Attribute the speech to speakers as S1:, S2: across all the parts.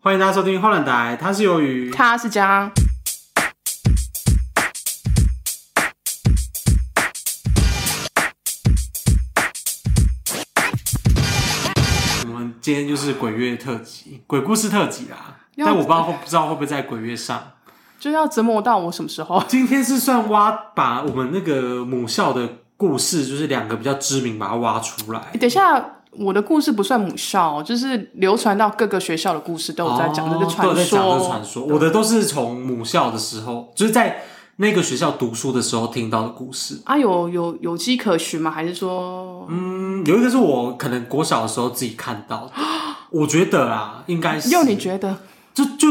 S1: 欢迎大家收听《后兰台》，它是由于
S2: 他是讲
S1: 我们今天就是鬼月特辑、鬼故事特辑啦。
S2: 要
S1: 但我不知道会不知道会不会在鬼月上。
S2: 就是要折磨到我什么时候？
S1: 今天是算挖把我们那个母校的故事，就是两个比较知名，把它挖出来。
S2: 等一下，我的故事不算母校，哦就是流传到各个学校的故事都有在讲这个传
S1: 哦都有在讲这个
S2: 说。
S1: 传说。我的都是从母校的时候，就是在那个学校读书的时候听到的故事。
S2: 啊，有有有迹可循吗？还是说、
S1: 嗯，有一个是我可能国小的时候自己看到的，我觉得啊，应该是
S2: 又你觉得
S1: 就就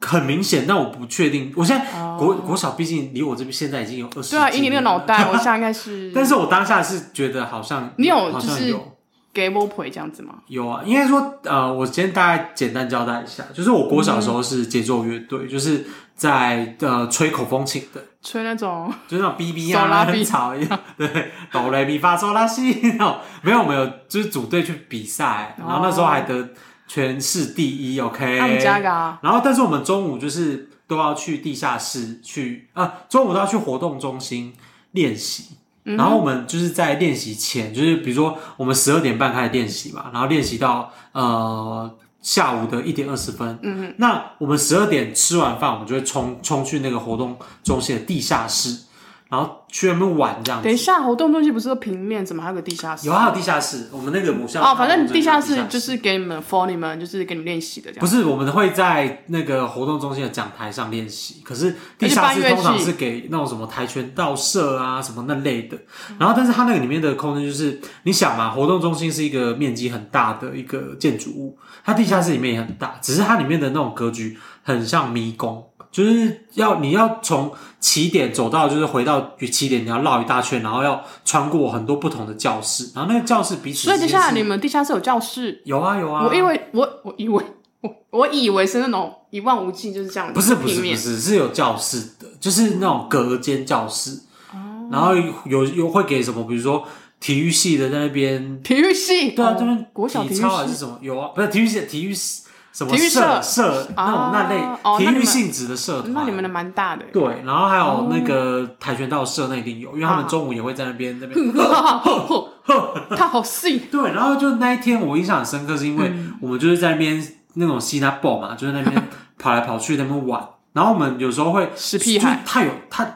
S1: 很明显，但我不确定。我现在国、国小，毕竟离我这边现在已经有二十。
S2: 哦对啊？以你那个脑袋，我想应该是
S1: 但是我当下是觉得好像
S2: 你有
S1: 好
S2: 就
S1: 像
S2: 是
S1: 有
S2: game boy 这样子吗？
S1: 有啊，应该说呃，我先大概简单交代一下，就是我国小的时候
S2: 嗯
S1: 是节奏乐队，就是在呃吹口风琴的，
S2: 吹那种
S1: 就是那种哔哔
S2: 手
S1: 啊，
S2: 拉哔
S1: 很吵一样，对，哆来咪发嗦拉西那种，没有没有，就是组队去比赛，然后那时候还
S2: 哦
S1: 得全市第一，OK，
S2: 阿姆加嘎，
S1: 然后，但是我们中午就是都要去地下室去啊，中午都要去活动中心练习。
S2: 嗯
S1: 然后我们就是在练习前，就是比如说我们十二点半开始练习嘛，然后练习到呃下午的一点二十分。嗯，那我们十二点吃完饭，我们就会冲冲去那个活动中心的地下室，然后去那边玩这样子
S2: 等一。下，活动中心不是说平面，怎么还有个地下室？
S1: 有还有地下室，我们那个母校
S2: 哦，反正地下室
S1: 是。
S2: 就是给你们 for 你们，就是给你们练习的这样
S1: 不。是，我们会在那个活动中心的讲台上练习，可是地下室
S2: 而且办乐器
S1: 通常是给那种什么跆拳道社啊什么那类的。然后，但是它那个里面的空间就是，你想嘛，活动中心是一个面积很大的一个建筑物，它地下室里面也很大，只是它里面的那种格局很像迷宫，就是要你要从起点走到就是回到起点，你要绕一大圈，然后要穿过很多不同的教室，然后那个教室彼此
S2: 所以等一
S1: 之间
S2: 下
S1: 是
S2: 你们地下室有教室，
S1: 有啊有啊，
S2: 我以为我我以为我我以为是那种一望无际，就是这样，
S1: 不是不是
S2: 平
S1: 不
S2: 面
S1: 是，是有教室的，就是那种隔间教室。然后有有会给什么，比如说体育系的在那边，
S2: 体育系，
S1: 对啊，
S2: 哦
S1: 这边
S2: 国小体
S1: 体
S2: 育
S1: 操还是
S2: 系，
S1: 什么？有啊，不是体育系，体育系什么
S2: 体育
S1: 社
S2: 社
S1: 社那种那
S2: 啊
S1: 类
S2: 哦那
S1: 体
S2: 你
S1: 育
S2: 们
S1: 性质的社团。
S2: 那你们的哦蛮大的，欸
S1: 对，然后还有那个跆拳道社那一定有，因为他
S2: 啊
S1: 们中午也会在那边那边
S2: 他 好细，
S1: 对，然后就那一天我印象很深刻，是因为
S2: 嗯
S1: 我们就是在那边那种吸纳爆嘛，就是那 边跑来跑去那边玩，然后我们有时候会
S2: 死屁孩，
S1: 它有它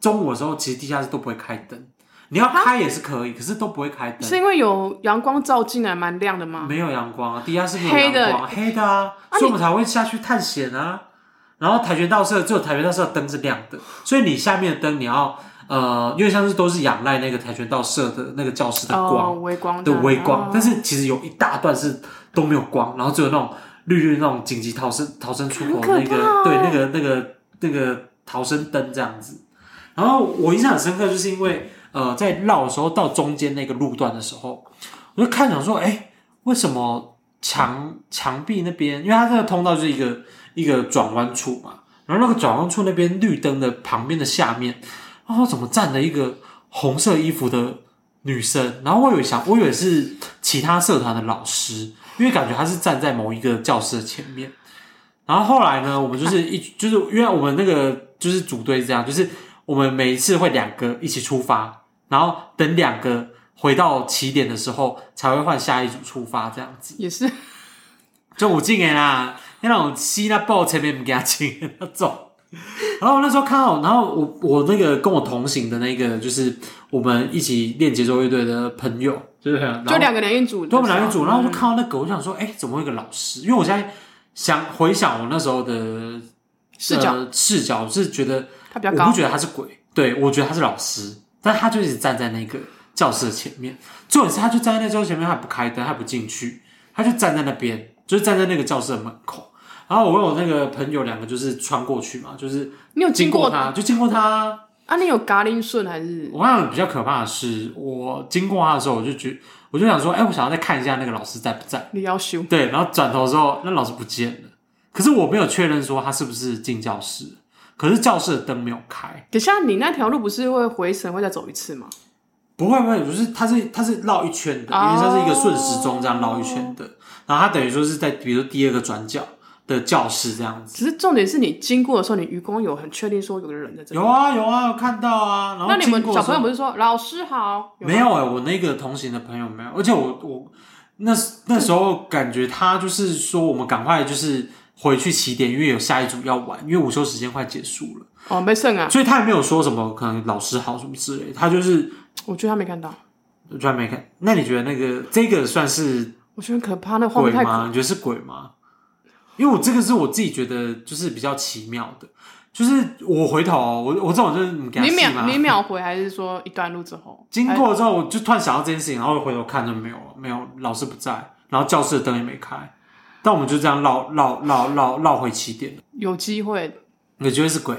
S1: 中午的时候其实地下室都不会开灯，你要开也是可以，可是都不会开灯
S2: 是，因为有阳光照进来，蛮亮的吗？
S1: 没有阳光啊，地下室没有阳光啊，黑的啊，
S2: 啊
S1: 所以我们才会下去探险啊。然后跆拳道社只有跆拳道社的灯是亮的，所以你下面的灯你要呃，因为像是都是仰赖那个跆拳道社的那个教室的光
S2: 哦，微光哦
S1: 的微光，但
S2: 是
S1: 是其实有一大段是都没有光，然后只有那种绿绿那种紧急逃生逃生出口那
S2: 很
S1: 个
S2: 可怕欸
S1: 对那个那个那个逃生灯这样子。然后我印象很深刻，就是因为呃在绕的时候到中间那个路段的时候，我就看想说，哎、为什么墙墙壁那边，因为它这个通道就是一个一个转弯处嘛，然后那个转弯处那边绿灯的旁边的下面，然后怎么站了一个红色衣服的女生？然后我以为想，我以为是其他社团的老师，因为感觉她是站在某一个教室的前面。然后后来呢，我们就是一 就是因为我们那个就是组队是这样，就是我们每一次会两个一起出发，然后等两个回到起点的时候才会换下一组出发，这样子。
S2: 也是
S1: 就有进的啦，那种吸那爆前面不给他进的那种。 然后我那时候看到，然后我我那个跟我同行的那个，就是我们一起练节奏乐队的朋友，就是很
S2: 就两个人一组，
S1: 对我们两个组，然后我就
S2: 嗯
S1: 看到那个，我就想说，哎、怎么会有一个老师？因为我现在想回想我那时候的
S2: 视角
S1: 呃视角，我是觉得
S2: 他比较
S1: 我不
S2: 高，
S1: 觉得他是鬼，对我觉得他是老师，但他就一直站在那个教室的前面。重点是，他就站在那教室前面，他也不开灯，他也不进去，他就站在那边，就是站在那个教室的门口。然后我跟我那个朋友两个就是穿过去嘛，就是
S2: 你有
S1: 经
S2: 经
S1: 过
S2: 过
S1: 他，就经过他。
S2: 啊？你有嘎铃顺还是
S1: 我看到比较可怕的是，我经过他的时候，我就觉，我就想说，哎、我想要再看一下那个老师在不在。
S2: 你要修？
S1: 对，然后转头之后，那老师不见了。可是我没有确认说他是不是进教室，可是教室的灯没有开。
S2: 等一下你那条路不是会回神，会再走一次吗？
S1: 不会不会，就是它是它是绕一圈的，
S2: 哦
S1: 哦因为它是一个顺时钟这样绕一圈的。然后它等于说是在比如说第二个转角，的教室这样子。
S2: 只是重点是你经过的时候，你余光有很确定说有个人在这里。
S1: 有啊有啊，有看到啊。然后
S2: 那你们
S1: 经过的
S2: 小
S1: 时候
S2: 朋友不是说老师好？
S1: 没
S2: 吗
S1: 有哎、我那个同行的朋友没有，而且我我那那时候感觉他就是说，我们赶快就是回去起点，因为有下一组要玩，因为午休时间快结束了，
S2: 哦，没剩啊，
S1: 所以他也没有说什么可能老师好什么之类的，他就是
S2: 我觉得他没看到，
S1: 我居然没看。那你觉得那个这个算是
S2: 我觉得很可怕，那画
S1: 鬼
S2: 面太恐
S1: 吗？你觉得是鬼吗？因为我这个是我自己觉得就是比较奇妙的，就是我回头我我这种就是你给他
S2: 你
S1: 戏
S2: 秒
S1: 嘛
S2: 你秒回，还是说一段路之后？哎
S1: 经
S2: 还
S1: 过之后，我就突然想到这件事情，然后我回头看就没有没有，老师不在，然后教室的灯也没开，但我们就这样绕绕绕绕绕回起点。
S2: 有机会，
S1: 你觉得是鬼？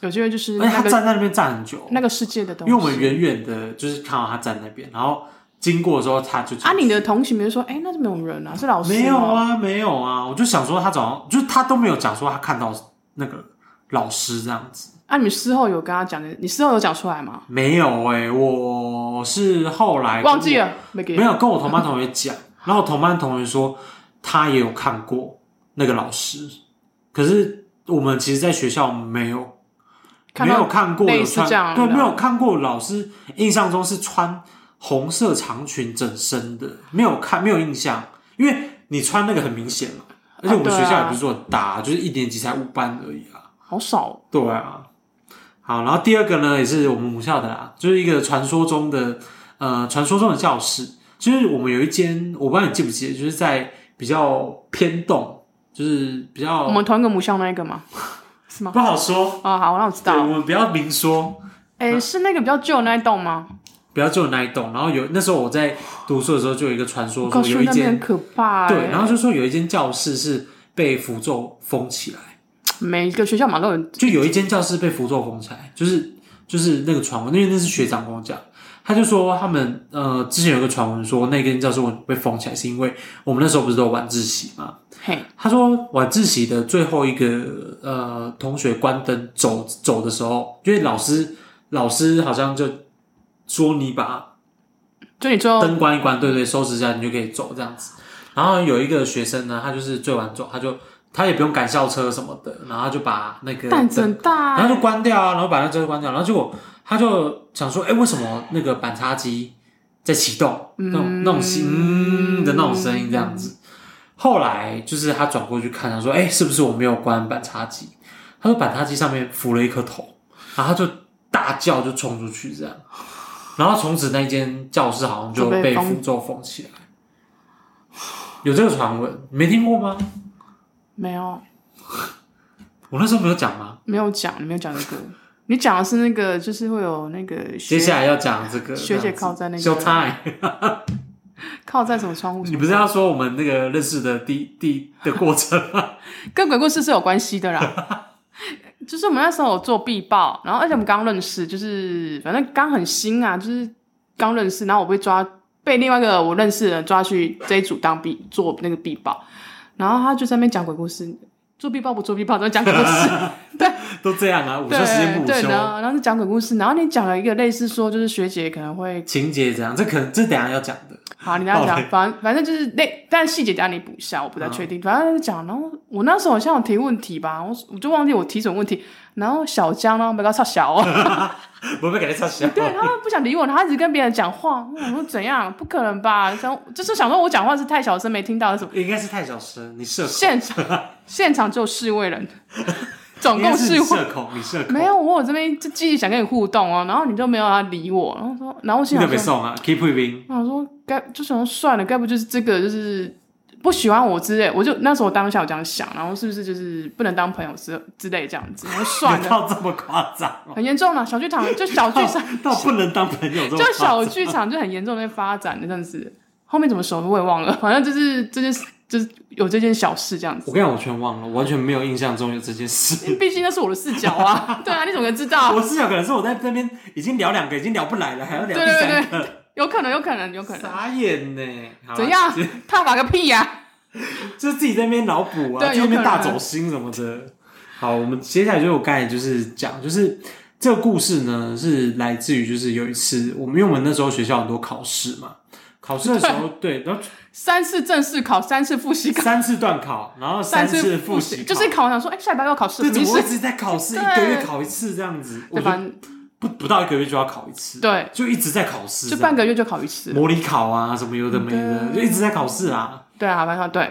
S2: 有机会就是
S1: 而且哎他
S2: 那个
S1: 站在那边站很久，哦
S2: 那个世界的东
S1: 因
S2: 西。
S1: 为我们远远的就是看到他站那边，然后经过的时候他就
S2: 啊，你的同行们说，哎，那是没有人啊，是老师吗
S1: 没有，啊没有啊，我就想说他早上就是他都没有讲说他看到那个老师这样子，
S2: 啊，你们事后有跟他讲的，你事后有讲出来吗？
S1: 没有哎、我是后来
S2: 忘记了，没给
S1: 没。有哎跟我同班同学讲，然后我同班同学说他也有看过那个老师，可是我们其实在学校没有
S2: 看
S1: 没
S2: 到
S1: 有看过
S2: 类
S1: 有
S2: 似
S1: 穿
S2: 这样的
S1: 对没有看过老师，印象中是穿红色长裙整身的，没有看没有印象，因为你穿那个很明显嘛，而且我们
S2: 啊对啊
S1: 学校也不是说很大，就是一年级才五班而已啊。
S2: 好少，哦
S1: 对啊，好，然后第二个呢，也是我们母校的啦，就是一个传说中的呃，传说中的教室，就是我们有一间，我不知道你记不记得，就是在比较偏动，就是比
S2: 我
S1: 较
S2: 们同一个母校那一个吗？是吗？
S1: 不好说，
S2: 啊，好，那我知
S1: 对，我
S2: 道。
S1: 们不要明说，
S2: 哎，是那个比较旧的那一栋吗？
S1: 不要就那一栋。然后有那时候我在读书的时候，就有一个传说
S2: 我告
S1: 说有
S2: 诉你，
S1: 一
S2: 哦那边很
S1: 间
S2: 可怕。哎
S1: 对，然后就说有一间教室是被符咒封起来。
S2: 每一个学校嘛都有
S1: 就有一间教室被符咒封起来，就是就是那个传闻，因为那是学长跟我讲，他就说他们呃之前有个传闻说那间教室被封起来是因为我们那时候不是都有晚自习嘛，
S2: 嘿，
S1: 他说晚自习的最后一个呃同学关灯走走的时候，因为老师老师好像就说你把
S2: 就你最后
S1: 灯关一关，对对，收拾一下你就可以走这样子。然后有一个学生呢，他就是最晚走，他就他也不用赶校车什么的，然后他就把那个
S2: 胆子很大
S1: 然后就
S2: 哎，
S1: 关掉啊，然后把那车关掉，然后结果他就想说，哎、为什么那个板擦机在启动，那种那种心嗯的那种声音这样
S2: 嗯
S1: 子。后来就是他转过去看，他说，哎、是不是我没有关板擦机？他说板擦机上面浮了一颗头，然后他就大叫就冲出去这样，然后从此那间教室好像就
S2: 就被
S1: 被
S2: 封
S1: 符咒封起来。有这个传闻，你没听过吗？
S2: 没有
S1: 我那时候没有讲吗？
S2: 没有讲，你没有讲这个，你讲的是那个就是会有那个
S1: 接
S2: 学
S1: 下来要讲这个
S2: 学姐靠在那个
S1: show time。
S2: 靠在什么窗户 什
S1: 你
S2: 么，
S1: 不是要说我们那个认识的第第的过程吗？
S2: 跟鬼故事是有关系的啦。 就是我们那时候有做必报，然后而且我们刚认识，就是反正刚很新啊，就是刚认识，然后我被抓被另外一个我认识的人抓去这一组当必做那个必报，然后他就在那边讲鬼故事，做必报不做必报都在讲鬼故 事，
S1: 都这样啊，午休时间
S2: 对
S1: 不午
S2: 对，然
S1: 休，
S2: 后然后就讲鬼故事，然后你讲了一个类似说就是学姐可能会
S1: 情节这样，这可能这等一下要讲的。
S2: 好，你这样
S1: 爆
S2: 讲，反反正就是那，但细节等下你补一下，我不太确定。反正就讲，然后我那时候好像有提问题吧，我我就忘记我提什么问题。然后小江呢，没搞差小哦，
S1: 我被给他插小，
S2: 对，他不想理我，他一直跟别人讲话。我说怎样？不可能吧？想就是想说我讲话是太小声没听到还是什么？
S1: 应该是太小声，你社恐，
S2: 现场现场只有四位人，总
S1: 应
S2: 共
S1: 该是
S2: 四
S1: 你
S2: 位。
S1: 社恐，你社恐，
S2: 没啊有，我有这边就积极想跟你互动哦，然后你就没有要理我，然后说，然后我
S1: 你
S2: 心
S1: 得
S2: 想
S1: 被
S2: 说，
S1: 送啊，keep moving。
S2: 我想说该就想说算了，该不就是这个就是不喜欢我之类，我就那时候我当下有这样想，然后是不是就是不能当朋友之之类这样子，我说算
S1: 有
S2: 了，
S1: 到这么夸张 哦，
S2: 很严重了，小剧场就小剧场
S1: 到不能当朋友这么
S2: 就
S1: 夸
S2: 小剧场就很严重的发展的这样子，后面怎么熟的我也忘了，反正就是这件事就是有这件小事这样
S1: 我
S2: 子，
S1: 跟你讲，我全忘了，我完全没有印象中有这件事。
S2: 因为毕竟那是我的视角啊， 对啊，你怎么知道？
S1: 我是有可能是我在这边已经聊两个，已经聊不来了，还要聊
S2: 对
S1: 第
S2: 对对
S1: 三个，
S2: 有可能，有可能，有可能，
S1: 傻眼呢。好啦啊
S2: 怎样？踏法个屁呀、
S1: 就是自己在那边脑补啊，
S2: 对
S1: 就在那边
S2: 有可能
S1: 大走心什么的。好，我们接下来就是我刚才就是讲，就是这个故事呢是来自于就是有一次我们因为我们那时候学校很多考试嘛，考试的时候，对，然后
S2: 三次正式考，三次复习考，
S1: 三次段考，然后三
S2: 次
S1: 次复习考，
S2: 就是考，我想说，哎、下礼拜要考试，
S1: 这怎
S2: 没
S1: 么会一
S2: 事，
S1: 直在考试？一
S2: 对
S1: 个月考一次这样子，我
S2: 对
S1: 就
S2: 吧？
S1: 不不到一个月就要考一次，
S2: 对，
S1: 就一直在考试这
S2: 就
S1: 样，
S2: 半个月就考一次，
S1: 模拟考啊什么有的没的，就
S2: 对
S1: 一直在考试啊。
S2: 对啊，反正对，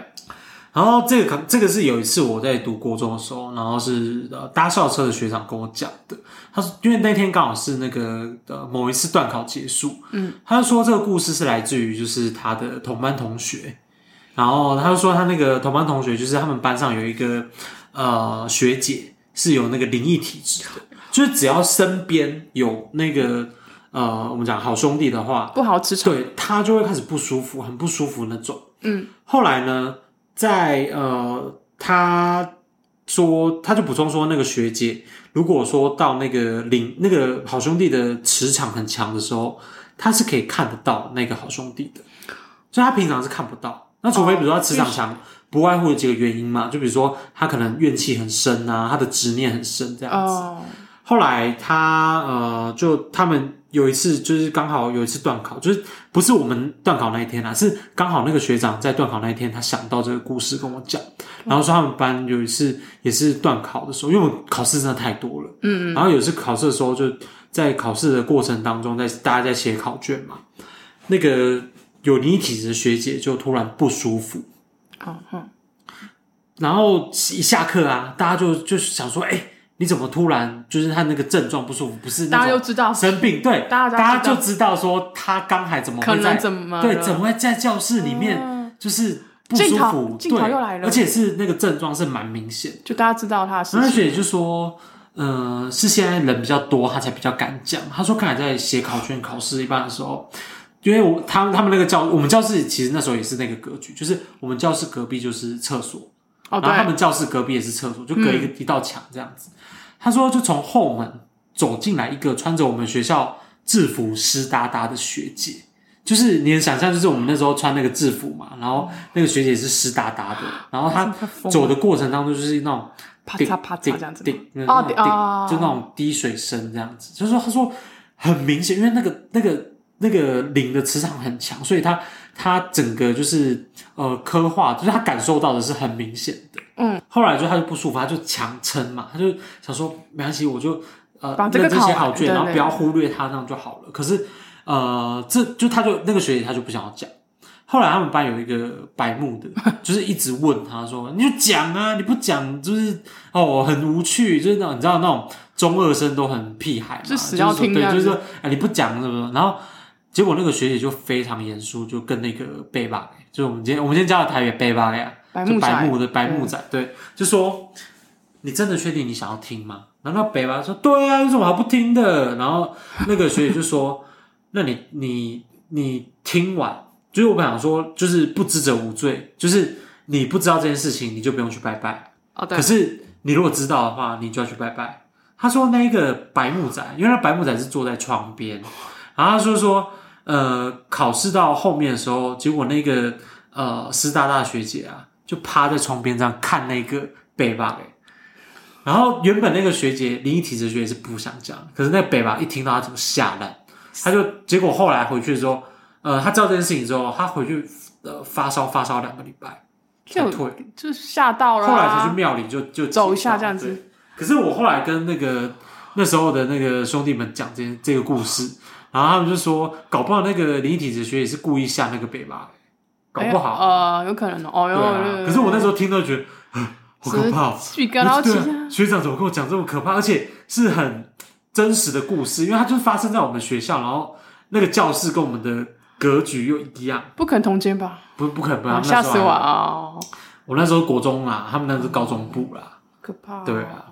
S1: 然后这个考这个是有一次我在读国中的时候，然后是呃搭校车的学长跟我讲的。他说，因为那天刚好是那个呃某一次段考结束，
S2: 嗯，
S1: 他就说这个故事是来自于就是他的同班同学，然后他就说他那个同班同学就是他们班上有一个呃学姐是有那个灵异体质的，就是只要身边有那个呃我们讲好兄弟的话，
S2: 不好磁场，
S1: 对他就会开始不舒服，很不舒服那种。
S2: 嗯，
S1: 后来呢，在呃，他说他就补充说，那个学姐如果说到那个领那个好兄弟的磁场很强的时候，他是可以看得到那个好兄弟的，所以他平常是看不到。那除非比如说他磁场
S2: 哦
S1: 强，不外乎有几个原因嘛，就比如说他可能怨气很深啊，他的执念很深这样子。
S2: 哦，
S1: 后来他呃，就他们有一次就是刚好有一次断考，就是不是我们断考那一天啦，是刚好那个学长在断考那一天，他想到这个故事跟我讲，
S2: 嗯
S1: 然后说他们班有一次也是断考的时候，因为我们考试真的太多了，
S2: 嗯，
S1: 然后有一次考试的时候，就在考试的过程当中，在大家在写考卷嘛，那个有灵异体质的学姐就突然不舒服，
S2: 哦，哦
S1: 然后一下课啊，大家就就想说，哎、你怎么突然就是他那个症状不舒服？不是
S2: 大
S1: 那
S2: 家就
S1: 种
S2: 知道
S1: 生病，对，
S2: 大家
S1: 大家
S2: 知道
S1: 就知道说他刚才怎么
S2: 可
S1: 会在
S2: 能怎么了
S1: 对，怎么会在教室里面
S2: 嗯
S1: 就是不舒服
S2: 镜头？镜头
S1: 对
S2: 又来了
S1: 而且是那个症状是蛮明显。
S2: 就大家知道他的事
S1: 然后那
S2: 情，
S1: 学姐就说，呃，是现在人比较多，她才比较敢讲。她说，刚才在写考卷、考试一半的时候，因为我他们他们那个教我们教室其实那时候也是那个格局，就是我们教室隔壁就是厕所。
S2: 哦，
S1: 然后他
S2: 对，嗯
S1: 们教室隔壁也是厕所，就隔一个一道墙这样子。他说，就从后门走进来一个穿着我们学校制服湿哒哒的学姐，就是你能想象，就是我们那时候穿那个制服嘛，然后那个学姐是湿哒哒的，然后她
S2: 这么疯啊
S1: 走的过程当中就是那种
S2: 啪
S1: 滴
S2: 嚓啪
S1: 滴
S2: 嚓这样子吗，
S1: 滴那种
S2: 滴
S1: 滴
S2: 啊
S1: 就那种滴水声这样子。就是说，他说很明显，因为那个那个那个灵的磁场很强，所以他他整个就是呃刻画，就是他感受到的是很明显的。
S2: 嗯，
S1: 后来就他就不舒服，他就强撑嘛，他就想说没关系，我就呃
S2: 把这个
S1: 认真写
S2: 考完
S1: 好卷，
S2: 对
S1: 然后
S2: 对
S1: 不要忽略他，那样就好了。可是呃，这就他就那个学姐她就不想要讲。后来他们班有一个白目 的，就是一直问他说：“你就讲啊，你不讲就是哦，很无趣，就是那种你知道那种中二生都很屁孩嘛，
S2: 就死
S1: 是
S2: 要
S1: 说
S2: 听
S1: 对，
S2: 这样
S1: 就是
S2: 子
S1: 说啊你不讲什么什么。”然后结果那个学姐就非常严肃，就跟那个贝巴，就是我们今天我们今天叫的台语贝巴呀，
S2: 白
S1: 就
S2: 木啊
S1: 白
S2: 仔
S1: 目的白木仔，对，就说你真的确定你想要听吗？然后那北巴说对啊，有什么好不听的？然后那个学姐就说，那你你你听完，就是我本想说，就是不知者无罪，就是你不知道这件事情，你就不用去拜拜。
S2: 哦，对
S1: 可，是你如果知道的话，你就要去拜拜。他说那个白木仔，因为那白木仔是坐在窗边，然后他说说，呃，考试到后面的时候，结果那个呃师大大学姐啊，就趴在窗边这样看那个北吧、然后原本那个学姐灵异体质学姐是不想讲，可是那北吧一听到她怎么吓烂，她就结果后来回去之后，呃，她知道这件事情之后，她回去呃发烧发烧两个礼拜才
S2: 就
S1: 退，
S2: 就吓到了啊，
S1: 后来才去庙里就就
S2: 走一
S1: 解
S2: 下
S1: 放
S2: 这样子。
S1: 对可是我后来跟那个那时候的那个兄弟们讲这这个故事，然后他们就说，搞不好那个灵异体质学也是故意吓那个北吧，搞不好。
S2: 哎呃，有可能哦，哦
S1: 对
S2: 哟，
S1: 啊，可是我那时候听到觉得，呃好可怕哦。
S2: 巨哥，然后其
S1: 对
S2: 实
S1: 啊，学长怎么跟我讲这么可怕，而且是很真实的故事，因为它就是发生在我们学校，然后那个教室跟我们的格局又一样，不
S2: 不可能同间吧？
S1: 不不可能。
S2: 啊
S1: 他们
S2: 吓
S1: 那时候
S2: 死我
S1: 还！
S2: 啊！
S1: 我那时候国中啦，他们那时候高中部啦，
S2: 可怕。哦
S1: 对啊，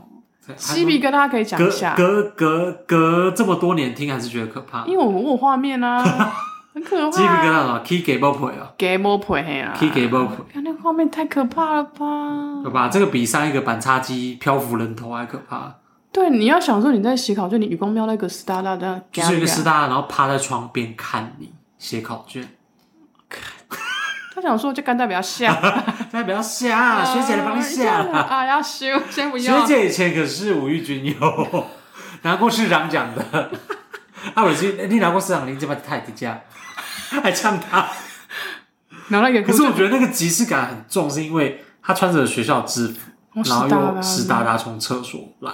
S2: 鸡皮疙瘩可以讲一下，
S1: 隔隔隔隔这么多年听还是觉得可怕。
S2: 因为我们有画面啊， 很可
S1: 鸡皮疙瘩
S2: 怕。
S1: 啊，key 给爆破啊
S2: Game o p 黑啊
S1: ，key 给爆破，
S2: 看那画面太可怕了
S1: 对
S2: 吧？
S1: 吧？这个比上一个板擦机漂浮人头还可怕，
S2: 对，你要想说你在写考卷，你愚公庙那个师大大的，
S1: 就是一个师大，然后趴在窗边看你写考卷。
S2: 他想说就干代表 下，
S1: 大家哎不要
S2: 哎
S1: 吓，啊学姐来帮你 吓。
S2: 啊，要修，先不
S1: 学
S2: 要。
S1: 姐以前可是五育军 友，拿过市长奖的。啊，我是你拿过市长，你这把太低价。还呛他。
S2: 然后那个
S1: 可是我觉得那个即视感很重，是因为他穿着学校制服，
S2: 我
S1: 然后
S2: 湿哒哒
S1: 又
S2: 的
S1: 湿哒哒从厕所来，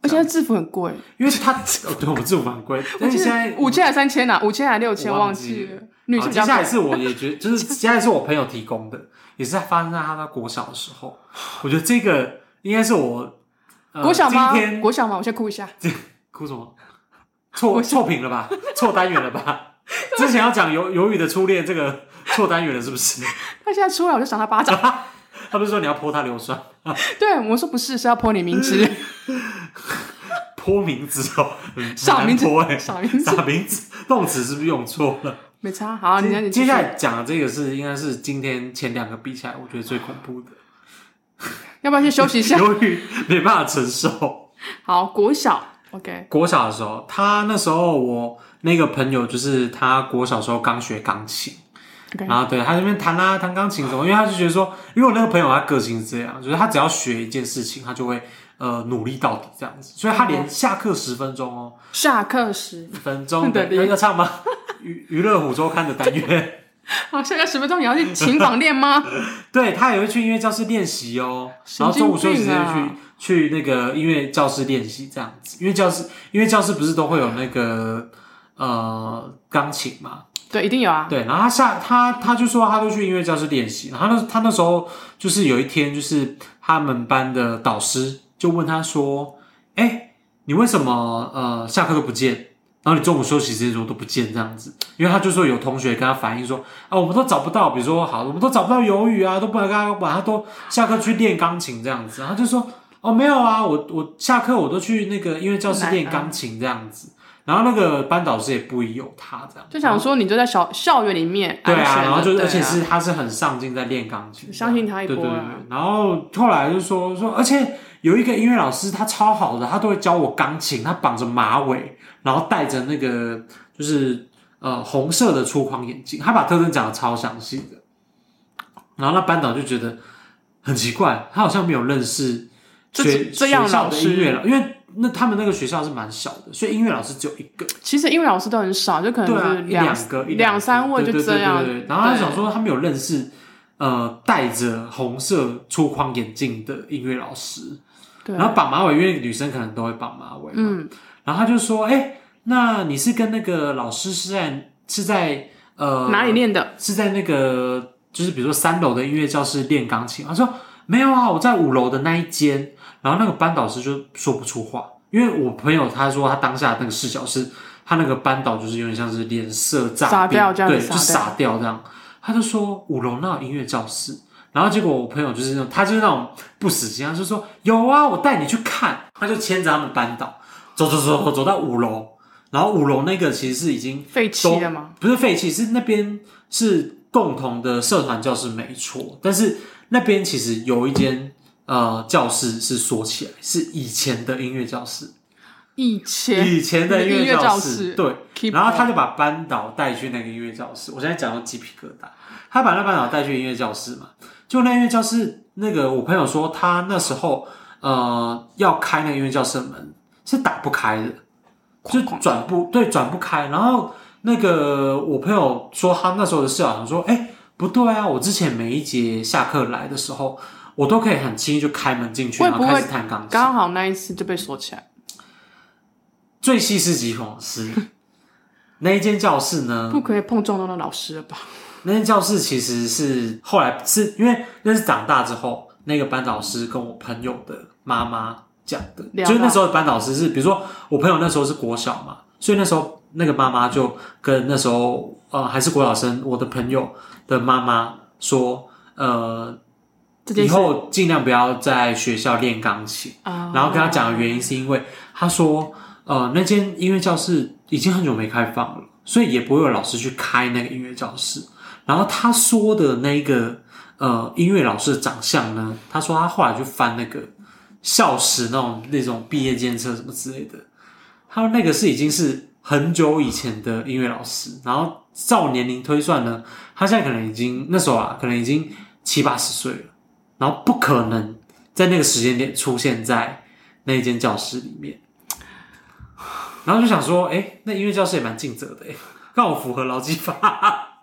S2: 而且他制服很贵，
S1: 因为他 哦，对我们制服蛮贵，但是现在
S2: 五千还三千啊，五千还六千，
S1: 我忘
S2: 记
S1: 记
S2: 了
S1: 了。
S2: 女
S1: 好
S2: 生
S1: 接
S2: 比较
S1: 下来
S2: 贵，
S1: 是我也觉得，就是 接下来是我朋友提供的，也是在发生在他在国小的时候。我觉得这个应该是我、呃、
S2: 国小吗
S1: 今？天
S2: 国小吗？我先哭一下。
S1: 哭什么？错错评了吧？错单元了吧？之前要讲《鱿鱿鱼的初恋》这个错单元了，是不是？
S2: 他现在出来我就赏他巴掌。
S1: 他不是说你要泼他硫酸，
S2: 对，我说不是，是要泼你 名字，
S1: 泼名字哦，嗯
S2: 赏名字
S1: 很难泼哎，，
S2: 赏名字，
S1: 傻名字，动词是不是用错了？
S2: 没差。好，你
S1: 接
S2: 你
S1: 接下
S2: 继续，
S1: 来讲的这个是应该是今天前两个比起来，我觉得最恐怖 的，
S2: 要不要先休息一下？
S1: 由于没办法承受。
S2: 好，国小，OK，
S1: 国小的时候，他那时候我那个朋友就是他国小时候刚学钢琴
S2: OK
S1: 然后对他这边弹啦、弹钢琴什么，因为他就觉得说，因为我那个朋友他个性是这样，就是他只要学一件事情，他就会呃努力到底这样子，所以他连下课十分钟哦，
S2: 下课时，
S1: 十分钟
S2: 对
S1: 的要要唱吗？娱娱乐虎周刊的单元，
S2: 好，下课十分钟你要去琴房练吗？
S1: 对他也会去音乐教室练习哦，
S2: 神
S1: 然后
S2: 经
S1: 中午休息时间
S2: 病啊
S1: 去去那个音乐教室练习这样子，因为教室因为教室不是都会有那个呃钢琴嘛，
S2: 对，一定有啊。
S1: 对，然后他下他他就说他都去音乐教室练习，然后他那他那时候就是有一天就是他们班的导师就问他说：“哎、你为什么呃下课都不见？然后你中午休息时间中都不见这样子？”因为他就说有同学跟他反映说：“啊，我们都找不到，比如说好，我们都找不到鱿鱼啊，都不能跟他玩，他都下课去练钢琴这样子。”然后他就说：“哦，没有啊，我我下课我都去那个音乐教室
S2: 嗯
S1: 练钢琴这样子。”然后那个班导师也不疑有他这样，
S2: 就想说你就在小校园里面
S1: 对
S2: 安全
S1: 啊，
S2: 的
S1: 然后就是，
S2: 对啊
S1: 而且是他是很上进在练钢琴，
S2: 相信他一
S1: 对
S2: 波
S1: 对对
S2: 啊。
S1: 对然后后来就说说，而且有一个音乐老师，他超好的，他都会教我钢琴，他绑着马尾，然后戴着那个就是呃红色的粗框眼镜，他把特征讲的超详细的。然后那班导就觉得很奇怪，他好像没有认识
S2: 这
S1: 学
S2: 这样
S1: 学校
S2: 老
S1: 的
S2: 师
S1: 音乐老，因为那他们那个学校是蛮小的，所以音乐老师只有一个。
S2: 其实英文老师都很少，就可能
S1: 对
S2: 就
S1: 啊
S2: 是，
S1: 一两个一两
S2: 两三位
S1: 对
S2: 就
S1: 对对
S2: 这样
S1: 对对对然后他
S2: 对
S1: 想说他没有认识呃戴着红色粗框眼镜的音乐老师，
S2: 对，
S1: 然后绑马尾，因为女生可能都会绑马尾嘛。
S2: 嗯，
S1: 然后他就说：“哎、那你是跟那个老师是在是在呃
S2: 哪里练的？
S1: 是在那个就是比如说三楼的音乐教室练钢琴。他说没有啊，我在五楼的那一间。然后那个班导师就说不出话，因为我朋友他说他当下那个视角是，他那个班导就是有点像是脸色
S2: 傻
S1: 炸
S2: 掉这样子
S1: 对，就
S2: 傻
S1: 傻掉这样。他就说五楼那有音乐教室。然后结果我朋友就是那种，他就是那种不死心，他就说有啊，我带你去看。他就牵着他们班导走走走走走到五楼，然后五楼那个其实是已经
S2: 废弃了吗？
S1: 不是废弃，是那边是共同的社团教室没错，但是那边其实有一间呃教室是锁起来，是以前的音乐教室，
S2: 以前
S1: 以前的音
S2: 音乐
S1: 乐
S2: 教
S1: 教
S2: 室
S1: 对。
S2: keep
S1: 然后他
S2: on
S1: 就把班导带去那个音乐教室，我现在讲到鸡皮疙瘩。他把那班导带去音乐教室嘛，就那音乐教室那个我朋友说他那时候呃要开那个音乐教室的门是打不开的，就
S2: 哐哐
S1: 转不对转不开。然后那个我朋友说他那时候的室友好像说，哎、不对啊，我之前每一节下课来的时候，我都可以很轻易就开门进去，
S2: 会
S1: 然
S2: 不
S1: 后
S2: 会
S1: 开始弹钢琴。
S2: 刚好那一次就被锁起来，
S1: 最细思极恐的 是那一间教室呢，
S2: 不可以碰撞到那老师了吧？
S1: 那间教室其实是后来是因为那是长大之后，那个班导师跟我朋友的妈妈讲的，
S2: 聊到
S1: 就是那时候的班导师是，比如说我朋友那时候是国小嘛，所以那时候那个妈妈就跟那时候呃还是国小生，我的朋友的妈妈说，呃，
S2: 这件
S1: 以
S2: 事
S1: 后尽量不要在学校练钢琴。
S2: 啊，
S1: 然后跟他讲的原因是因为他说，呃，那间音乐教室已经很久没开放了，所以也不会有老师去开那个音乐教室。然后他说的那个呃音乐老师的长相呢，他说他后来就翻那个校史那种那种毕业监测什么之类的，他说那个是已经是很久以前的音乐老师，然后照年龄推算呢，他现在可能已经那时候啊，可能已经七八十岁了，然后不可能在那个时间点出现在那一间 教室里面。然后就想说，哎、那音乐教室也蛮尽责的、诶刚好符合劳基法。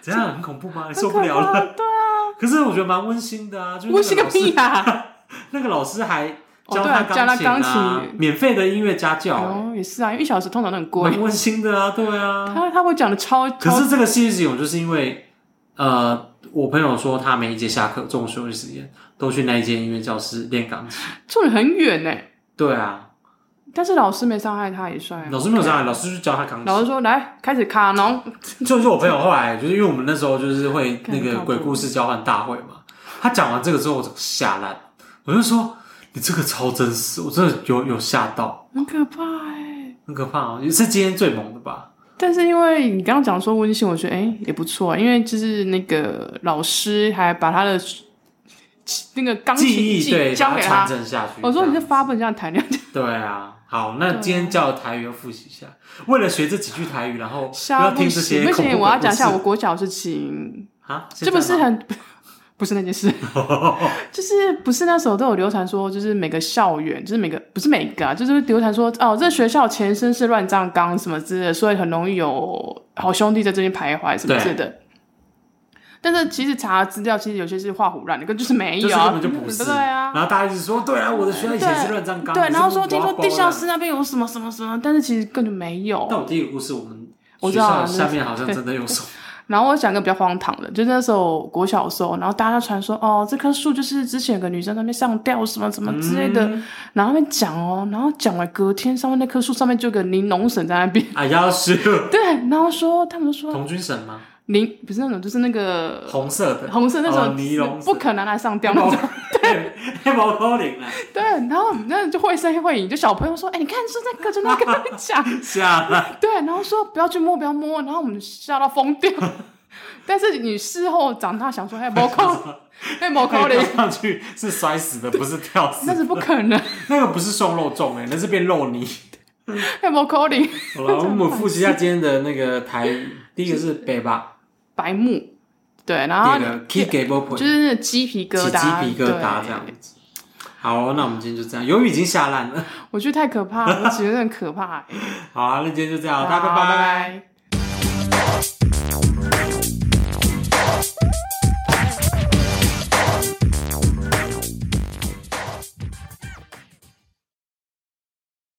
S1: 怎样？很恐怖吗？你受不了
S2: 很可怕
S1: 了？
S2: 对啊，
S1: 可是我觉得蛮温馨的啊，就是
S2: 我
S1: 那
S2: 是
S1: 个
S2: 个
S1: 老师，
S2: 屁啊！
S1: 那个老师还
S2: 哦
S1: 教
S2: 对啊教他
S1: 钢琴啊，
S2: 钢琴
S1: 免费的音乐家教、
S2: 哦，也是啊，因为一小时通常都很贵
S1: 蛮。温馨的啊，对啊。
S2: 他他会讲的超
S1: 可
S2: 超
S1: 是这个戏剧系我就是因为，呃，我朋友说他每一节下课中午休息时间都去那一间音乐教室练钢琴。
S2: 住得很远呢，
S1: 对啊，
S2: 但是老师没伤害他也算。
S1: 老师没有啊上来，老师就教他钢
S2: 嗯老师
S1: 琴。
S2: 说来开始卡农，
S1: 就是我朋友后来就是因为我们那时候就是 会那
S2: 看
S1: 个
S2: 到
S1: 鬼故事交换大会嘛，他讲完这个之后我整个吓烂，我就说你这个超真实，我真的有有吓到，
S2: 很可怕哎。
S1: 很可怕哦，也是今天最猛的吧？
S2: 但是因为你刚刚讲说温馨，我觉得哎、也不错、啊，因为就是那个老师还把他的那个钢琴
S1: 记忆
S2: 技
S1: 对，
S2: 交
S1: 把
S2: 给
S1: 它
S2: 他
S1: 传。承下去。
S2: 我说你
S1: 这
S2: 这
S1: 样
S2: 发本这样谈恋爱，
S1: 对啊，好，
S2: 对
S1: 那
S2: 啊
S1: 今天教的台语要复习一下，为了学这几句台语，然后不
S2: 瞎
S1: 要
S2: 不
S1: 听这
S2: 行
S1: 些
S2: 不
S1: 恐
S2: 行，
S1: 怖
S2: 我
S1: 的
S2: 要
S1: 故
S2: 讲一下我
S1: 事
S2: 国小的事情，
S1: 啊，
S2: 这不是
S1: 现在吗
S2: 很不是那 件事，就是不是那时候都有流传说，就是每个校园，就是每个不是每个啊，就是会流传说哦，这学校前身是乱葬岗什么之类的，所以很容易有好兄弟在这边徘徊什么之类的。但是其实查资料，其实有些是画虎烂的，根本就是没
S1: 就是
S2: 有
S1: 根
S2: 啊，
S1: 本就不是，
S2: 对啊，
S1: 然后大家一直说，对啊，我的学校以前是乱葬岗，
S2: 对，然后
S1: 是不
S2: 说
S1: 是
S2: 听说
S1: 挖
S2: 地
S1: 包啊
S2: 下
S1: 的
S2: 室那边有什么什么什么，但是其实根本就没有。
S1: 但我第一个故事，我们
S2: 我
S1: 学
S2: 知道
S1: 校
S2: 啊
S1: 下面好像真的有手，
S2: 然后我讲一个比较荒唐的，就是那时候国小的时候，然后大家传说哦，这棵树就是之前有个女生在那边上吊什么什么之类
S1: 嗯
S2: 的，然后他们讲哦，然后讲完隔天上面那棵树上面就有个尼龙绳在那边，
S1: 啊，要是
S2: 对，然后说他们说
S1: 童军绳 吗？
S2: 尼不是那种，就是那个
S1: 红色的，
S2: 红色那
S1: 哦
S2: 种
S1: 尼龙绳
S2: 不可能来上吊那
S1: 毛
S2: 种，
S1: 对，黑哎毛高领 啊，
S2: 对，然后我们那就绘声绘影，就小朋友说，哎，你看是那个，就那个他们讲，
S1: 吓烂，
S2: 对，然后说不要去摸，不要摸，然后我们吓到疯掉。但是你事后长大想说，哎，毛扣，哎，毛扣嘞，
S1: 上去是摔死的，不是跳死
S2: 那，是不可能，
S1: 那个不是送肉粽哎，那是变肉泥。
S2: 哎，毛扣嘞，
S1: 好了，我们复习一下今天的那个台语，第一个是北 吧，
S2: 白目，对，然
S1: 第
S2: 后
S1: 二个 key g a b e
S2: 啊就
S1: 起
S2: 是那鸡皮疙瘩，
S1: 鸡皮疙瘩这样
S2: 对。
S1: 子。好，那我们今天就这样，由于已经下烂了。
S2: 我觉得太可怕了，我觉得很可怕、欸。
S1: 好啊，那今天就这样，大家
S2: 好
S1: 拜拜。
S2: 拜